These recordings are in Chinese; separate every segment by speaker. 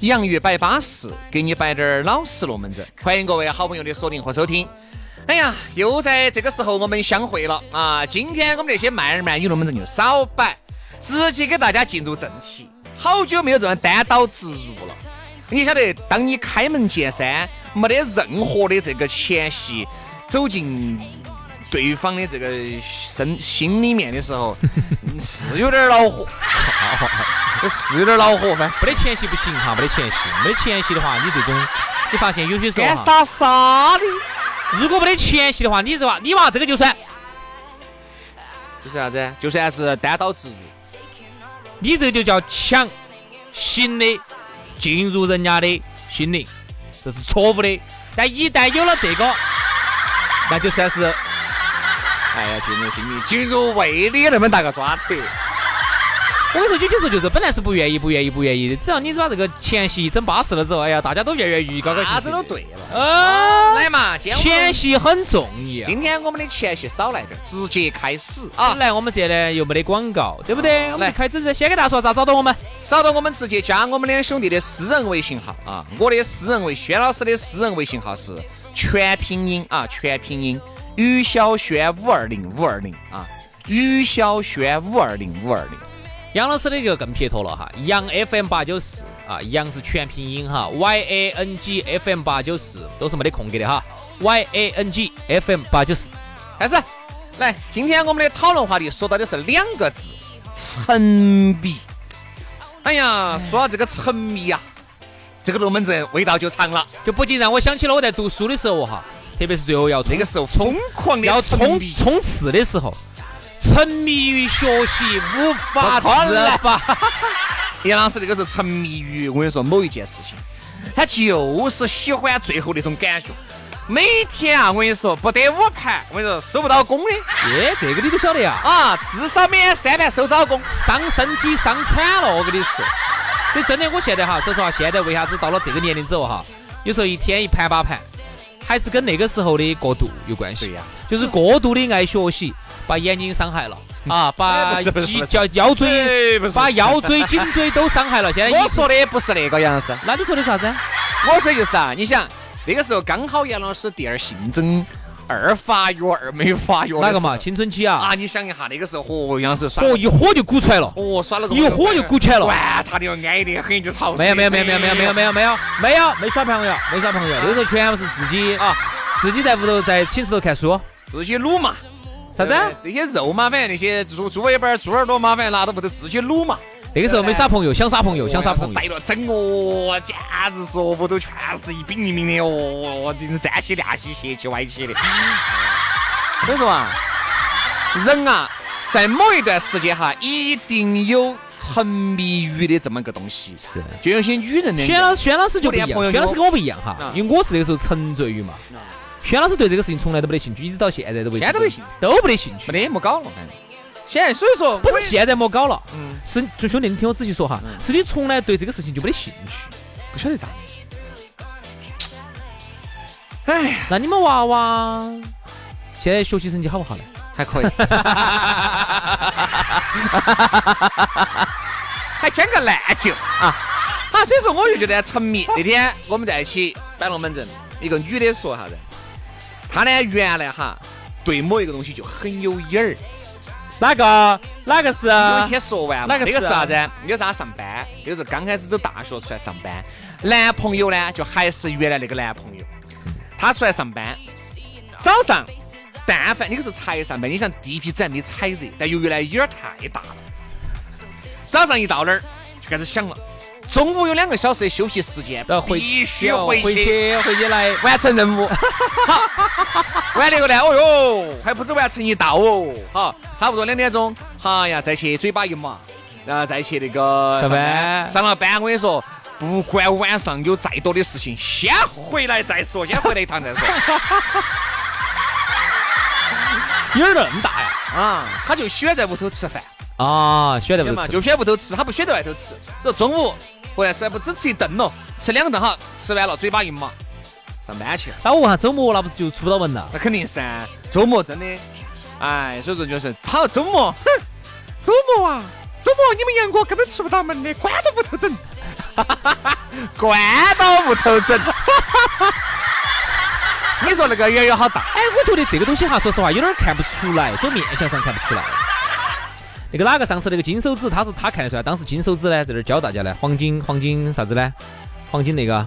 Speaker 1: 洋芋摆巴适，给你摆点儿老实龙门阵。欢迎各位好朋友的锁定和收听。哎呀，又在这个时候我们相会了啊！今天我们那些慢儿慢语龙门阵就少摆，直接给大家进入正题。好久没有这样单刀直入了。你晓得，当你开门见山，没得任何的这个前戏，走进对方的这个身心里面的时候， 是有点儿恼火， 是有点儿恼火噻。
Speaker 2: 没得前戏不行哈，没得前戏，没得前戏的话，你最终你发现有些时候
Speaker 1: 干
Speaker 2: 哈，
Speaker 1: 啥啥的，
Speaker 2: 如果没得前戏的话，你这娃你娃这个就算
Speaker 1: 就是啥子？就算是单刀直入，
Speaker 2: 你这个就叫抢行的进入人家的心灵，这是错误的。但一旦有了这个，那就算是
Speaker 1: 哎呀，进入心里，进入胃里那么大个抓扯。
Speaker 2: 我跟你说，有些时候就是本来是不愿意、不愿意、不愿意的，只要你把这个前戏整巴适了之后，哎呀，大家都跃跃欲试，高高兴
Speaker 1: 啥
Speaker 2: 兴。
Speaker 1: 子都对了。
Speaker 2: 啊，
Speaker 1: 来嘛，今天我们
Speaker 2: 前戏很重要。
Speaker 1: 今天我们的前戏少来点儿，直接开始啊
Speaker 2: 本！来我们这呢又没得广告，对不对？我们
Speaker 1: 来
Speaker 2: 就开始先给大家说咋找到我们。
Speaker 1: 找到我们直接加我们两兄弟的私人微信号啊，我的私人微，轩老师的私人微信号是全拼音啊，全拼音于小轩五二零五二零啊，于小轩五二零五二零。
Speaker 2: 杨老师的就更撇脱了哈，杨 FM 八九四啊，杨是全拼音哈，Y A N G F M 八九四都是没得空格的哈，Y A N G F M 八九四
Speaker 1: 开始，来，今天我们的讨论话题说到的是两个字：沉迷。哎呀，说到这个沉迷呀、这个龙门阵味道就长了。
Speaker 2: 就不禁让我想起了我在读书的时候哈，特别是最后要
Speaker 1: 那
Speaker 2: 冲
Speaker 1: 个时候疯狂的
Speaker 2: 要
Speaker 1: 冲
Speaker 2: 冲冲刺的时候，沉迷于学习无法
Speaker 1: 不可
Speaker 2: 自
Speaker 1: 能
Speaker 2: 拔，
Speaker 1: 杨老师那个时候沉迷于我跟你说某一件事情，他就是喜欢最后那种感觉。每天啊，我跟你说，不得五盘，我跟你说收不到工的
Speaker 2: 耶，这个你都晓得呀，
Speaker 1: 啊，至少每天三盘收到工。
Speaker 2: 伤身体伤惨了，我跟你说。所以真的，我现在哈，说实话，现在为啥子到了这个年龄之后哈，有时候一天一盘八盘，还是跟那个时候的过度有关系。
Speaker 1: 对呀
Speaker 2: 就是过度的爱学习，把眼睛伤害了啊，把
Speaker 1: 嗯哎不是不是
Speaker 2: 脊
Speaker 1: 不是
Speaker 2: 叫腰椎，
Speaker 1: 对，不是
Speaker 2: 把腰椎、 颈椎都伤害了。现在
Speaker 1: 我
Speaker 2: 一
Speaker 1: 说，的不是那个杨老师。
Speaker 2: 那你说的啥子？
Speaker 1: 我说就是啊，你想那个时候刚好杨老师第二性征二发育二没发育的时候
Speaker 2: 哪个嘛？青春期啊
Speaker 1: 啊，，你想一下那个时候，嚯，杨老师耍
Speaker 2: 火一火就鼓出来了。
Speaker 1: 哦耍了个
Speaker 2: 一火就鼓起来了
Speaker 1: 管他的，挨得很就吵死。
Speaker 2: 没有没有没有没有没有没有没有没有没有没耍朋友，没耍朋友，那时候全部是自己啊，自己在屋头在寝室头看书，
Speaker 1: 自己撸嘛。
Speaker 2: 啥子？啊
Speaker 1: 对不对？那些肉嘛，反正那些猪猪尾巴儿、猪耳朵嘛，反正拿到屋头自己撸嘛。
Speaker 2: 那个时候没耍朋友，想耍朋友，想耍朋友
Speaker 1: 带。了整哦，简直是哦，屋头全是一饼一饼的哦，就是站起亮起斜起歪起的。所以说啊，人啊，在某一段时间哈，一定有沉迷于的这么个东西。是，就有些女人呢，
Speaker 2: 轩老师，轩老师就不一
Speaker 1: 我连朋友
Speaker 2: 样，轩老师
Speaker 1: 都
Speaker 2: 跟我不一样哈
Speaker 1: 啊，
Speaker 2: 因为我是那个时候沉醉于嘛。轩老师对这个事情从来都没得兴趣，一直到现在都没。
Speaker 1: 现在都没兴趣，
Speaker 2: 都没得兴趣。
Speaker 1: 没得没搞了。反正现在所以说，
Speaker 2: 不
Speaker 1: 我
Speaker 2: 是
Speaker 1: 也
Speaker 2: 现在莫搞了，
Speaker 1: 嗯
Speaker 2: 是就兄弟，你听我仔细说哈，是你从来对这个事情就没得兴趣。
Speaker 1: 不晓得咋。哎呀。
Speaker 2: 那你们娃娃现在学习成绩好不好呢？
Speaker 1: 还可以， 还讲个烂球啊啊！所以说，我就觉得沉迷。那天我们在一起摆龙门阵，一个女的说啥子？她呢原来哈对某一个东西就很有瘾儿，
Speaker 3: 哪个哪个是
Speaker 1: 我先说完嘛，
Speaker 3: 哪个啊
Speaker 1: 那个是
Speaker 3: 是
Speaker 1: 啥子？那个是他上班，那个是刚开始走大学出来上班，男朋友呢就还是原来那个男朋友，他出来上班，早上但凡那个时候才上班，你想第一批子还没踩热，但由于呢烟儿太大了，早上一到那儿就开始想了，中午有两个小时的休息时间，
Speaker 3: 然后回
Speaker 1: 必须
Speaker 3: 要
Speaker 1: 回
Speaker 3: 回去回去来，
Speaker 1: 完成任务。完那个呢，哦哟，还不止完成一道哦。好，差不多两点钟，好呀，再去嘴巴一麻，然后再去那个
Speaker 3: 上班
Speaker 1: 上了班，我跟你说，不管晚上有再多的事情，先回来再说，先回来一趟再 说。
Speaker 3: 烟儿那么大呀？
Speaker 1: 啊，他就喜欢在屋头吃饭，
Speaker 3: 啊，选在
Speaker 1: 对
Speaker 3: 不
Speaker 1: 嘛，
Speaker 3: 吃
Speaker 1: 就喜欢屋头吃，他不喜欢在外头吃。说中午回来吃，不只吃一顿咯，吃两顿哈，吃完了嘴巴一麻，上班去了。
Speaker 3: 那我问下周末那不就出不到门了？
Speaker 1: 那肯定噻，周末真的，哎，所以说就是操周末，哼，周末啊，周末你们杨哥根本出不到门的，关到屋头整， 关到屋头整。 你说那个烟有好大？
Speaker 3: 哎，我觉得这个东西哈，说实话有点儿看不出来，从面相上看不出来。那个哪个上次那个金手指，他是他看得出来，当时金手指呢在这儿教大家呢，黄金黄金啥子呢？黄金那个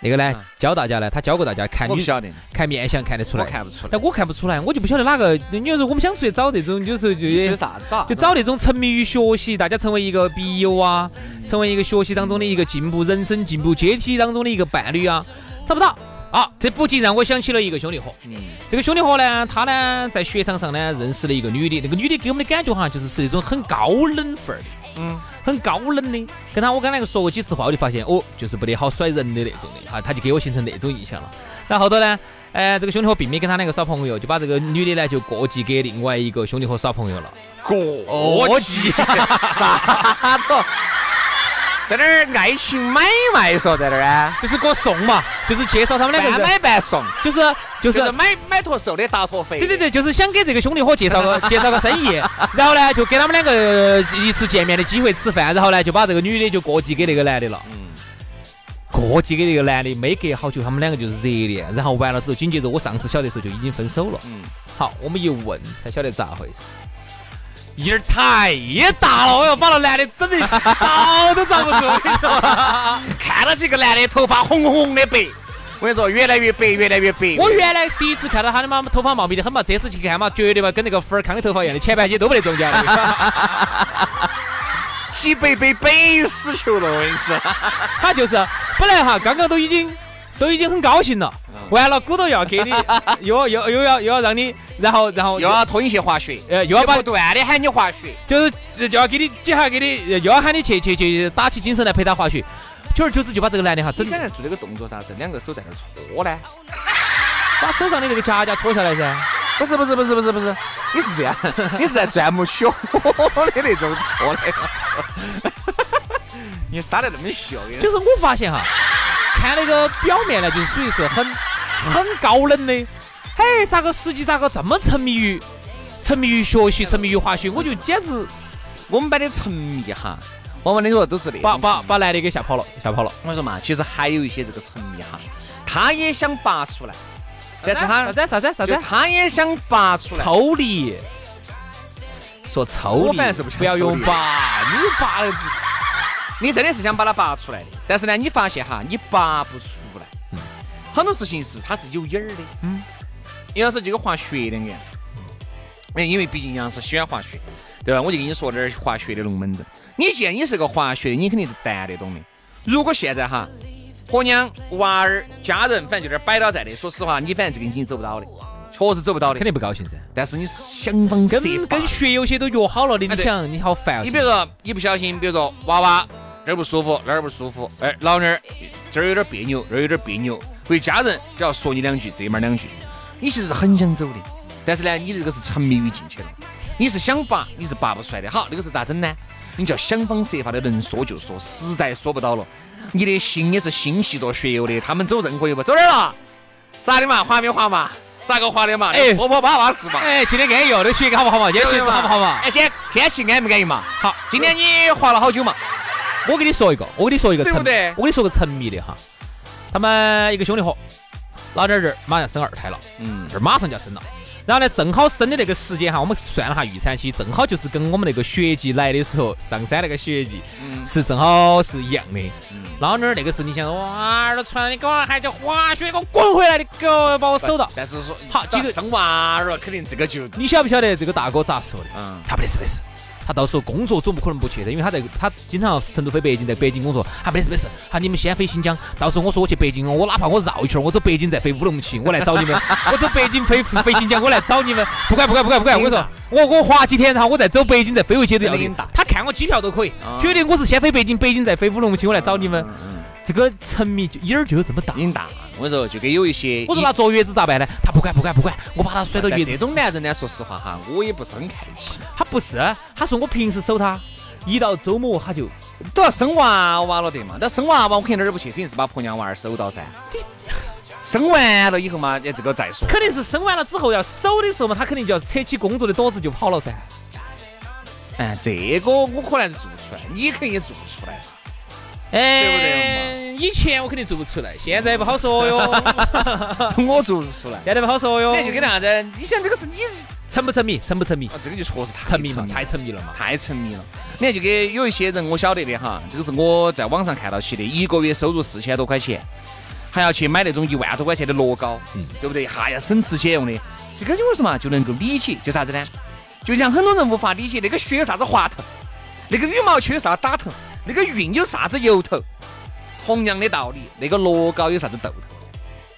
Speaker 3: 那个呢
Speaker 1: 啊，
Speaker 3: 教大家呢，他教过大家看
Speaker 1: 我不
Speaker 3: 女
Speaker 1: 晓得，
Speaker 3: 看面相看得出
Speaker 1: 我
Speaker 3: 来，
Speaker 1: 看哎不出哎来。
Speaker 3: 但我看不出来，我就不晓得哪个。你有时候我们想出去找这种，有时候就
Speaker 1: 你说啥子啊？
Speaker 3: 就找那种沉迷于学习，大家成为一个笔友啊，成为一个学习当中的一个进步、人生进步阶梯当中的一个伴侣啊，找不到。啊，这不禁让我想起了一个兄弟伙。
Speaker 1: 嗯，
Speaker 3: 这个兄弟伙呢，他呢在雪场上呢认识了一个女的，那个女的给我们的感觉哈，就是是那种很高冷范儿的，
Speaker 1: 嗯，
Speaker 3: 很高冷的。跟他我跟那个说过几次话，我就发现哦，就是不得好甩人的那种的哈，他就给我形成那种印象了。然后后头呢，呃，这个兄弟伙并没跟他两个耍朋友，就把这个女的呢就过继给另外一个兄弟伙耍朋友了。哦
Speaker 1: 过激，啥子哦？在那儿爱情买卖说在那儿啊，
Speaker 3: 就是给我送嘛，就是介绍他们两个
Speaker 1: 半
Speaker 3: 人，
Speaker 1: 买半送，
Speaker 3: 就是
Speaker 1: 就
Speaker 3: 就
Speaker 1: 是
Speaker 3: 是。
Speaker 1: 买买坨瘦的搭坨肥。
Speaker 3: 对对。对，就是想给这个兄弟伙介绍 个介绍个生意，然后呢，就给他们两个呃一次见面的机会吃饭，然后呢，就把这个女的就过继给那个男的了。过继给那个男的，没隔好久，他们两个就是热恋，然后完了之后，紧接着我上次晓得的时候就已经分手了。
Speaker 1: 嗯
Speaker 3: 好，我们一问才晓得咋回事，烟儿太大了，我要把那男的整得刀都 遭不住，我跟你说。
Speaker 1: 看到几个男的头发红红的白，我跟你说，越来越白，越来越白。
Speaker 3: 我原来第一次看到他的妈妈头发茂密的很嘛，这次去看嘛，绝对嘛跟那个福尔康的头发一样的，前半截都没得中间的。
Speaker 1: 几白被白死球了，我跟你说。
Speaker 3: 他就是本来哈，刚刚都已经都已经很高兴了，
Speaker 1: 嗯
Speaker 3: 完了鼓捣要给 你，又又又要又要让你，然后然后
Speaker 1: 又要拖你去滑雪，
Speaker 3: 呃又要把
Speaker 1: 不断的喊你滑雪，
Speaker 3: 就是就要给你几下给你，又要喊你去去去打起精神来陪他滑雪，久而久之就把这个男的哈整
Speaker 1: 你刚才做那个动作啥子？两个手在那儿搓呢？
Speaker 3: 把手上的这个夹夹脱下来
Speaker 1: 嗯
Speaker 3: 噻。
Speaker 1: 不是不是不是不是不是，你是这 样，你是在钻木取火的那种搓的。 你撒得那么秀，
Speaker 3: 就是我发现哈，看那个表面呢，就是属于是很很高冷的，嘿，咋个实际咋个这么沉迷于沉迷于学习，沉迷于滑雪，我就简直
Speaker 1: 我们班的沉迷哈，往往你说都是那种
Speaker 3: 把把
Speaker 1: 沉迷
Speaker 3: 把男的给吓跑了，吓跑了。
Speaker 1: 我说嘛，其实还有一些这个沉迷哈，他也想拔出来，但是他
Speaker 3: 啥子啥子啥
Speaker 1: 就
Speaker 3: 子？
Speaker 1: 他也想拔出来。
Speaker 3: 抽离，说抽
Speaker 1: 我
Speaker 3: 离
Speaker 1: 反正是不，想
Speaker 3: 要
Speaker 1: 抽
Speaker 3: 用
Speaker 1: 离
Speaker 3: 拔，你用拔那个字，
Speaker 1: 你真的是想把它拔出来的，但是呢，你发现哈，你拔不出来。
Speaker 3: 嗯
Speaker 1: 很多事情是它是有影儿的。嗯。杨老师就跟滑雪两个样。
Speaker 3: 嗯
Speaker 1: 哎，因为毕竟杨老师喜欢滑雪，对吧？我就跟你说点儿滑雪的龙门阵。你既然你是个滑雪的，你肯定是担得懂的。如果现在哈，婆娘、娃儿、家人，反正就这儿摆到在的，说实话，你反正这个已经走不到的，确实走不到的。
Speaker 3: 肯定不高兴噻。
Speaker 1: 但是你想方设
Speaker 3: 跟
Speaker 1: 法
Speaker 3: 跟学友些都约好了的，
Speaker 1: 哎
Speaker 3: 你
Speaker 1: 对
Speaker 3: 想你好烦啊。
Speaker 1: 你比如说，一不小心，比如说娃娃这儿不舒服，那儿不舒服，哎，老那儿这儿有点别扭，那儿有点别扭，为家人只要说你两句，这门儿两句，你其实是很想走的，但是呢，你这个是沉迷于进去了，你是想拔，你是拔不出来的。好，那个是咋整呢？你就要想方设法的，能说就说，实在说不到了，你的心也是心系着学友的，他们走任何一步，走哪儿了？咋的嘛？滑没滑嘛？咋个滑的嘛？
Speaker 3: 哎
Speaker 1: 婆婆巴巴是嘛？
Speaker 3: 哎，今天安逸哦，这雪好不好嘛？今天雪质好不好嘛？
Speaker 1: 哎，今天天气安不安逸嘛？
Speaker 3: 好，
Speaker 1: 今天你滑了好久嘛？
Speaker 3: 我跟你说一个，我跟你说一个
Speaker 1: 对
Speaker 3: 沉，
Speaker 1: 不对
Speaker 3: 我跟你说个沉迷的哈，他们一个兄弟伙，老点儿这儿马上要生二胎了，
Speaker 1: 嗯
Speaker 3: 这儿马上就要生了，然后呢，正好生的那个时间哈，我们算了哈预产期，正好就是跟我们那个血迹来的时候，上山那个血迹是正好是一样的。老娘儿那个时候你想，哇，都穿你狗儿还叫滑雪，给我滚回来！你狗把我手到。
Speaker 1: 但是说
Speaker 3: 好这个
Speaker 1: 生娃儿了，肯定这个就
Speaker 3: 你晓不晓得这个大哥咋说的？
Speaker 1: 嗯
Speaker 3: 他没得事没事，他到时候工作总不可能不去的，因为他在他经常成都飞北京，在北京工作，他没得事没事。他你们先飞新疆，到时候我说我去北京，我哪怕我绕一圈，我走北京再飞乌鲁木齐，我来找你们；我走北京飞飞新疆，我来找你们。不管不管不管不管，我跟你说，我我滑几天，然后我再走北京，再飞回去都
Speaker 1: 真
Speaker 3: 要
Speaker 1: 的给
Speaker 3: 的
Speaker 1: 你打。
Speaker 3: 他看我机票都可以
Speaker 1: 啊，
Speaker 3: 绝对我是先飞北京，北京再飞乌鲁木齐，我来找你们。
Speaker 1: 嗯
Speaker 3: 这个沉迷就瘾儿就有这么大。
Speaker 1: 瘾大。我跟你说，就跟有一些
Speaker 3: 我说他坐月子咋办呢？他不管不管不管，我把他甩到
Speaker 1: 但
Speaker 3: 月子
Speaker 1: 这种男人呢，说实话哈，我也不是很看得起。
Speaker 3: 他不是，他说我平时守他，一到周末他就
Speaker 1: 都要生娃娃了得嘛，那生娃娃我肯定哪儿不去，肯定是把婆娘娃儿收到噻。生完了以后嘛，哎，这个再说。
Speaker 3: 肯定是生完了之后要守的时候嘛，他肯定就要扯起工作的朵子就跑了噻。
Speaker 1: 哎，这个我可能是做不出来，你肯定也做不出来吧。
Speaker 3: 哎，以前我肯定做不出来，现在不好说哟，
Speaker 1: 我做不出来。
Speaker 3: 现在不好说哟。
Speaker 1: 那就跟啥子？你想这个是你，
Speaker 3: 沉不沉迷，沉不沉迷，
Speaker 1: 啊，这个就确实太
Speaker 3: 沉迷嘛，
Speaker 1: 太
Speaker 3: 太沉迷了嘛。
Speaker 1: 太沉迷了。你看，就跟有一些人我晓得的哈，这个是我在网上看到起的，一个月收入四千多块钱，还要去买那种一万多块钱的乐高，
Speaker 3: 嗯
Speaker 1: 对不对？还要省吃俭用的，这个就是嘛，就能够理解，就啥子呢？就像很多人无法理解那个雪有啥子滑头，那个羽毛球有啥打头，那个运有啥子由头，同样的道理，那个乐高有啥子逗头，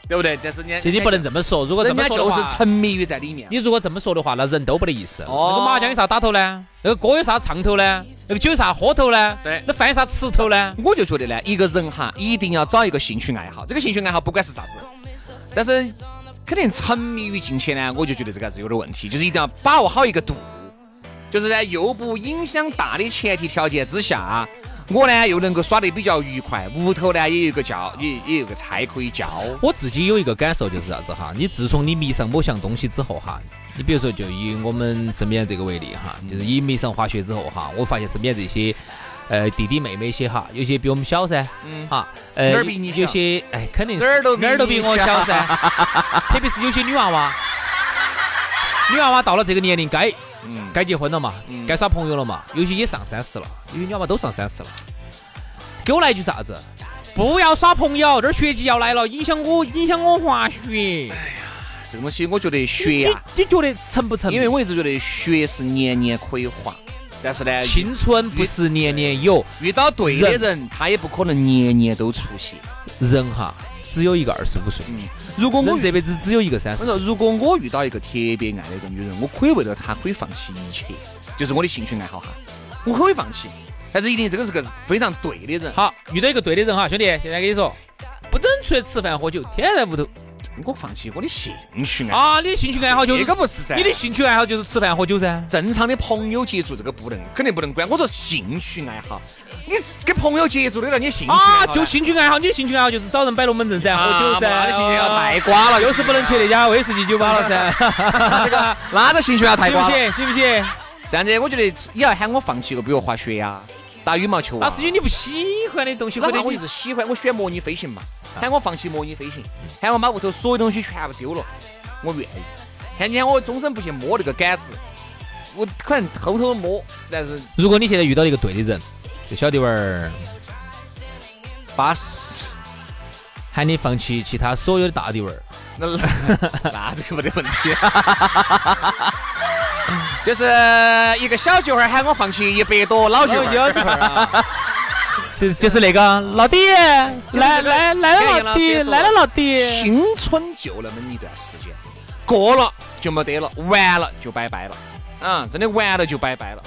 Speaker 1: 对不对？但是人家
Speaker 3: 其实你不能这么说，如果这
Speaker 1: 人
Speaker 3: 么
Speaker 1: 家
Speaker 3: 说的
Speaker 1: 就是
Speaker 3: 话，
Speaker 1: 沉迷于在里面
Speaker 3: 你。如果这么说的话，那人都没得意思。
Speaker 1: 哦
Speaker 3: 那个麻将有啥打头呢？那个歌有啥唱头呢？那个酒有啥喝头呢？
Speaker 1: 对
Speaker 3: 那饭有啥吃头呢？
Speaker 1: 我就觉得呢，一个人哈，一定要找一个兴趣爱好，这个兴趣爱好不管是啥子，但是肯定沉迷于进去呢，我就觉得这个还是有点问题，就是一定要把握好一个度，就是在又不影响大的前提条件之下，我呢又能够耍得比较愉快，屋头呢也有一个叫，也也有个菜可以叫。
Speaker 3: 我自己有一个感受就是啥子哈，你自从你迷上某项东西之后哈，你比如说就以我们身边这个为例哈，就是以迷上滑雪之后哈，我发现身边这些。呃，弟弟妹妹些哈，有些比我们小噻，
Speaker 1: 嗯
Speaker 3: 哈，呃，
Speaker 1: 哪儿比你小
Speaker 3: 有些哎，肯定是
Speaker 1: 哪儿都比
Speaker 3: 哪儿都比
Speaker 1: 你
Speaker 3: 我
Speaker 1: 小
Speaker 3: 小噻， 特别是有些女娃娃，女娃娃到了这个年龄该
Speaker 1: 嗯，
Speaker 3: 该结婚了嘛，
Speaker 1: 嗯
Speaker 3: 该耍朋友了嘛，有些也上三十了，有些女娃娃都上三十了。给我来一句啥子？不要耍朋友，这儿学季要来了，影响我影响我滑雪。
Speaker 1: 这个东西我觉得
Speaker 3: 你
Speaker 1: 学呀、
Speaker 3: 你觉得沉不沉迷？
Speaker 1: 因为我一直觉得学是年年可以滑，但是呢，
Speaker 3: 青春不是年年有，
Speaker 1: 遇到对的人，他也不可能年年都出现。
Speaker 3: 人哈只有一个二十五岁，
Speaker 1: 如果我
Speaker 3: 人
Speaker 1: 遇
Speaker 3: 这辈子只有一个三
Speaker 1: 我
Speaker 3: 十
Speaker 1: 说，
Speaker 3: 岁。
Speaker 1: 如果我遇到一个特别爱的一个女人，我可以为了她可以放弃一切，就是我的兴趣爱好哈，我可以放弃。但是一定这个是个非常对的人，
Speaker 3: 好，遇到一个对的人哈，兄弟，现在跟你说，不等出来吃饭喝酒，天天在屋头
Speaker 1: 我放弃我的兴趣爱好，
Speaker 3: 啊，你的兴趣爱好就是
Speaker 1: 哎这个不是噻。
Speaker 3: 你的兴趣爱好就是吃饭喝酒噻。
Speaker 1: 正常的朋友接触这个不能，肯定不能管。我说兴趣爱好，你跟朋友接触的了，你兴趣爱好
Speaker 3: 啊，
Speaker 1: 呢
Speaker 3: 就兴趣爱好，你的兴趣爱好就是找人摆龙门阵噻，喝酒
Speaker 1: 啊妈
Speaker 3: 噻。哦
Speaker 1: 的兴趣爱好太
Speaker 3: 瓜了，又是不能去那家威士忌酒吧了 噻。这个
Speaker 1: 那个兴趣爱好太
Speaker 3: 信不
Speaker 1: 广了。
Speaker 3: 信？信不 信？
Speaker 1: 这样子，我觉得也要喊我放弃一个，比如滑雪呀、打羽毛球
Speaker 3: 那
Speaker 1: 啊
Speaker 3: 是。因为你不喜欢的东西，
Speaker 1: 哪
Speaker 3: 或
Speaker 1: 怕
Speaker 3: 者
Speaker 1: 我
Speaker 3: 你
Speaker 1: 一直喜欢，我喜欢模拟飞行嘛，喊我放弃模拟飞行，喊我把屋头所有东西全部丢了，我愿意。喊你喊我终身不去摸那个杆子，我可能偷偷摸，但是
Speaker 3: 如果你现在遇到一个对的人，这小弟娃儿
Speaker 1: 巴适。
Speaker 3: 喊你放弃其他所有的大弟娃儿，
Speaker 1: 那 那这个没得问题， 就是一个小舅儿喊我放弃一百多，老舅
Speaker 3: 有
Speaker 1: 儿
Speaker 3: 有就是就是那个老弟，来来来了老弟，来了老弟。
Speaker 1: 青春就那么一段时间，过了就没得了，完了就拜拜了，啊、真的完了就拜拜了。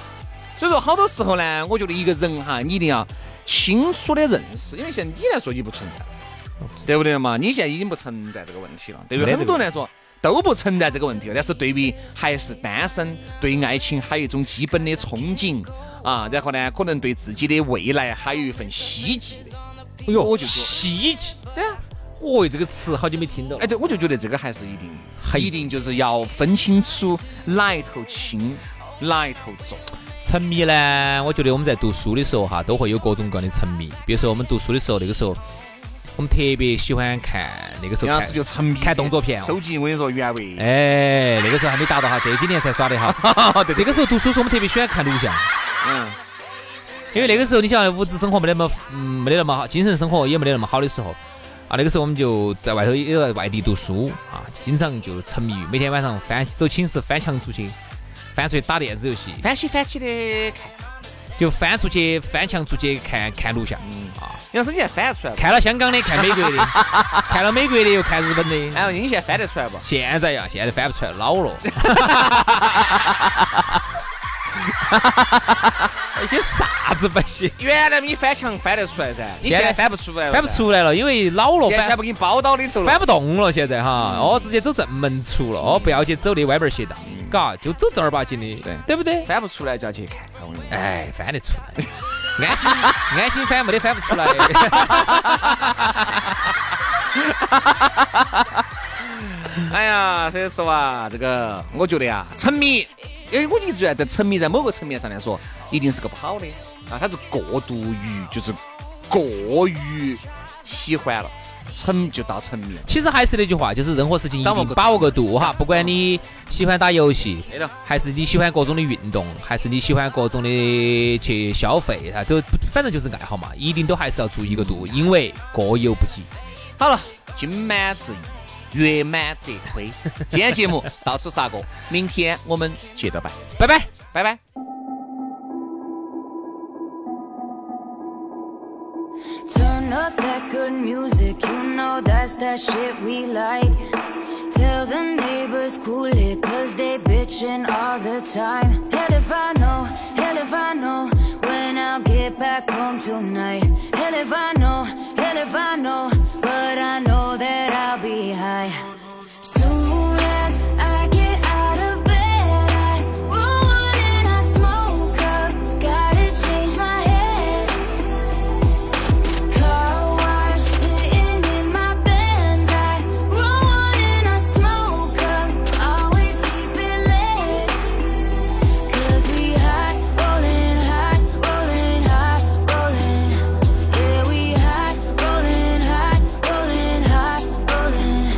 Speaker 1: 所以说，好多时候呢，我觉得一个人哈，你一定要清楚的认识，因为像你来说，你不存在了，对不对嘛？你现在已经不存在这个问题了，对于
Speaker 3: 没得
Speaker 1: 很多人来说都不存在这个问题了。但是对于还是单身，对爱情还有一种基本的憧憬啊，然后呢，可能对自己的未来还有一份希冀的。
Speaker 3: 哎
Speaker 1: 我
Speaker 3: 呦，
Speaker 1: 就说
Speaker 3: 希冀，
Speaker 1: 对啊，
Speaker 3: 哦，这个词好久没听到了
Speaker 1: 哎，。对，我就觉得这个还是一定，
Speaker 3: 还
Speaker 1: 一定就是要分清楚哪一头轻，哪一头重。
Speaker 3: 沉迷呢，我觉得我们在读书的时候哈，都会有各种各样的沉迷。比如说我们读书的时候，那个时候我们特别喜欢看那个时候
Speaker 1: 杨老
Speaker 3: 看
Speaker 1: 师就沉迷
Speaker 3: 看动作片哦
Speaker 1: 收集我跟你说原味。
Speaker 3: 哎，那个时候还没达到哈，这几年才耍的哈。对，那个时候读书时候我们特别喜欢看录像，
Speaker 1: 嗯，
Speaker 3: 因为那个时候你想物质生活没得那么，嗯，没得那么好，精神生活也没得那么好的时候，啊，那个时候我们就在外头也在外地读书啊，经常就沉迷于每天晚上翻走寝室翻墙出去，翻出去打电子游戏，
Speaker 1: 翻哎起翻起的看，
Speaker 3: 就翻出去翻墙出去看看录像啊，
Speaker 1: 杨老师你还翻得出来不？
Speaker 3: 看了香港的，看美 国的，看了美国的又看日本的，
Speaker 1: 哎，我你现在翻得出来不？
Speaker 3: 现在呀，现在翻不出来，老 了。那些啥子不行，
Speaker 1: 原来你翻墙翻得出来噻，你
Speaker 3: 现
Speaker 1: 现在
Speaker 3: 在
Speaker 1: 翻不出来了噻，
Speaker 3: 翻不出来了，因为老了
Speaker 1: 现在
Speaker 3: 翻
Speaker 1: 全部给你包到里头了。
Speaker 3: 翻不动了，现在哈，哦，直接走正门出了，哦，不要去走那歪门邪道，嘎，就走正儿八经的，
Speaker 1: 对
Speaker 3: 嗯对不对？
Speaker 1: 翻不出来就要去看，我跟你说
Speaker 3: 哎，翻得出来，安心安心翻没得翻不出来。
Speaker 1: 哎呀，所以说啊，这个我觉得呀，沉迷，哎，我一直在沉迷在某个层面上来说，一定是个不好的啊，它是过度于，就是过于喜欢了，沉就到沉迷了。
Speaker 3: 其实还是那句话，就是任何事情一
Speaker 1: 掌握
Speaker 3: 定
Speaker 1: 个
Speaker 3: 把握个度哈，不管你喜欢打游戏，
Speaker 1: 对了，
Speaker 3: 还是你喜欢各种的运动，还是你喜欢各种的去消费，啊，都反正就是爱好嘛，一定都还是要注意一个度，
Speaker 1: 嗯
Speaker 3: 因为过犹不及。
Speaker 1: 好了，金满自溢，月满则亏。今天节目到此杀过，明天我们接着拜，
Speaker 3: 拜拜。
Speaker 1: 拜拜。
Speaker 4: Turn up that good music, you know that's that shit we like. Tell the neighbors cool it, cause they bitching all the time. Hell if I know, hell if I know, when I'll get back home tonight. Hell if I know, hell if I know, but I know that I'll be high. Soon as I get out of bed, I roll one and I smoke up. Gotta change my head. Car wash, sitting in my Benz. I roll one and I smoke up. Always keep it lit. 'Cause we hot, rollin', hot, rollin', hot, rollin'. Yeah, we hot, rollin', hot, rollin', hot, rollin'.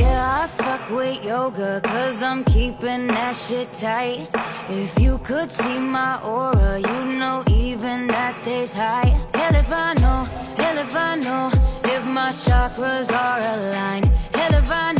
Speaker 4: Yeah, I fuck with yoga, cause I'm keeping that shit tight. If you could see my aura, you know even that stays high. Hell if I know, hell if I know, if my chakras are aligned. Hell if I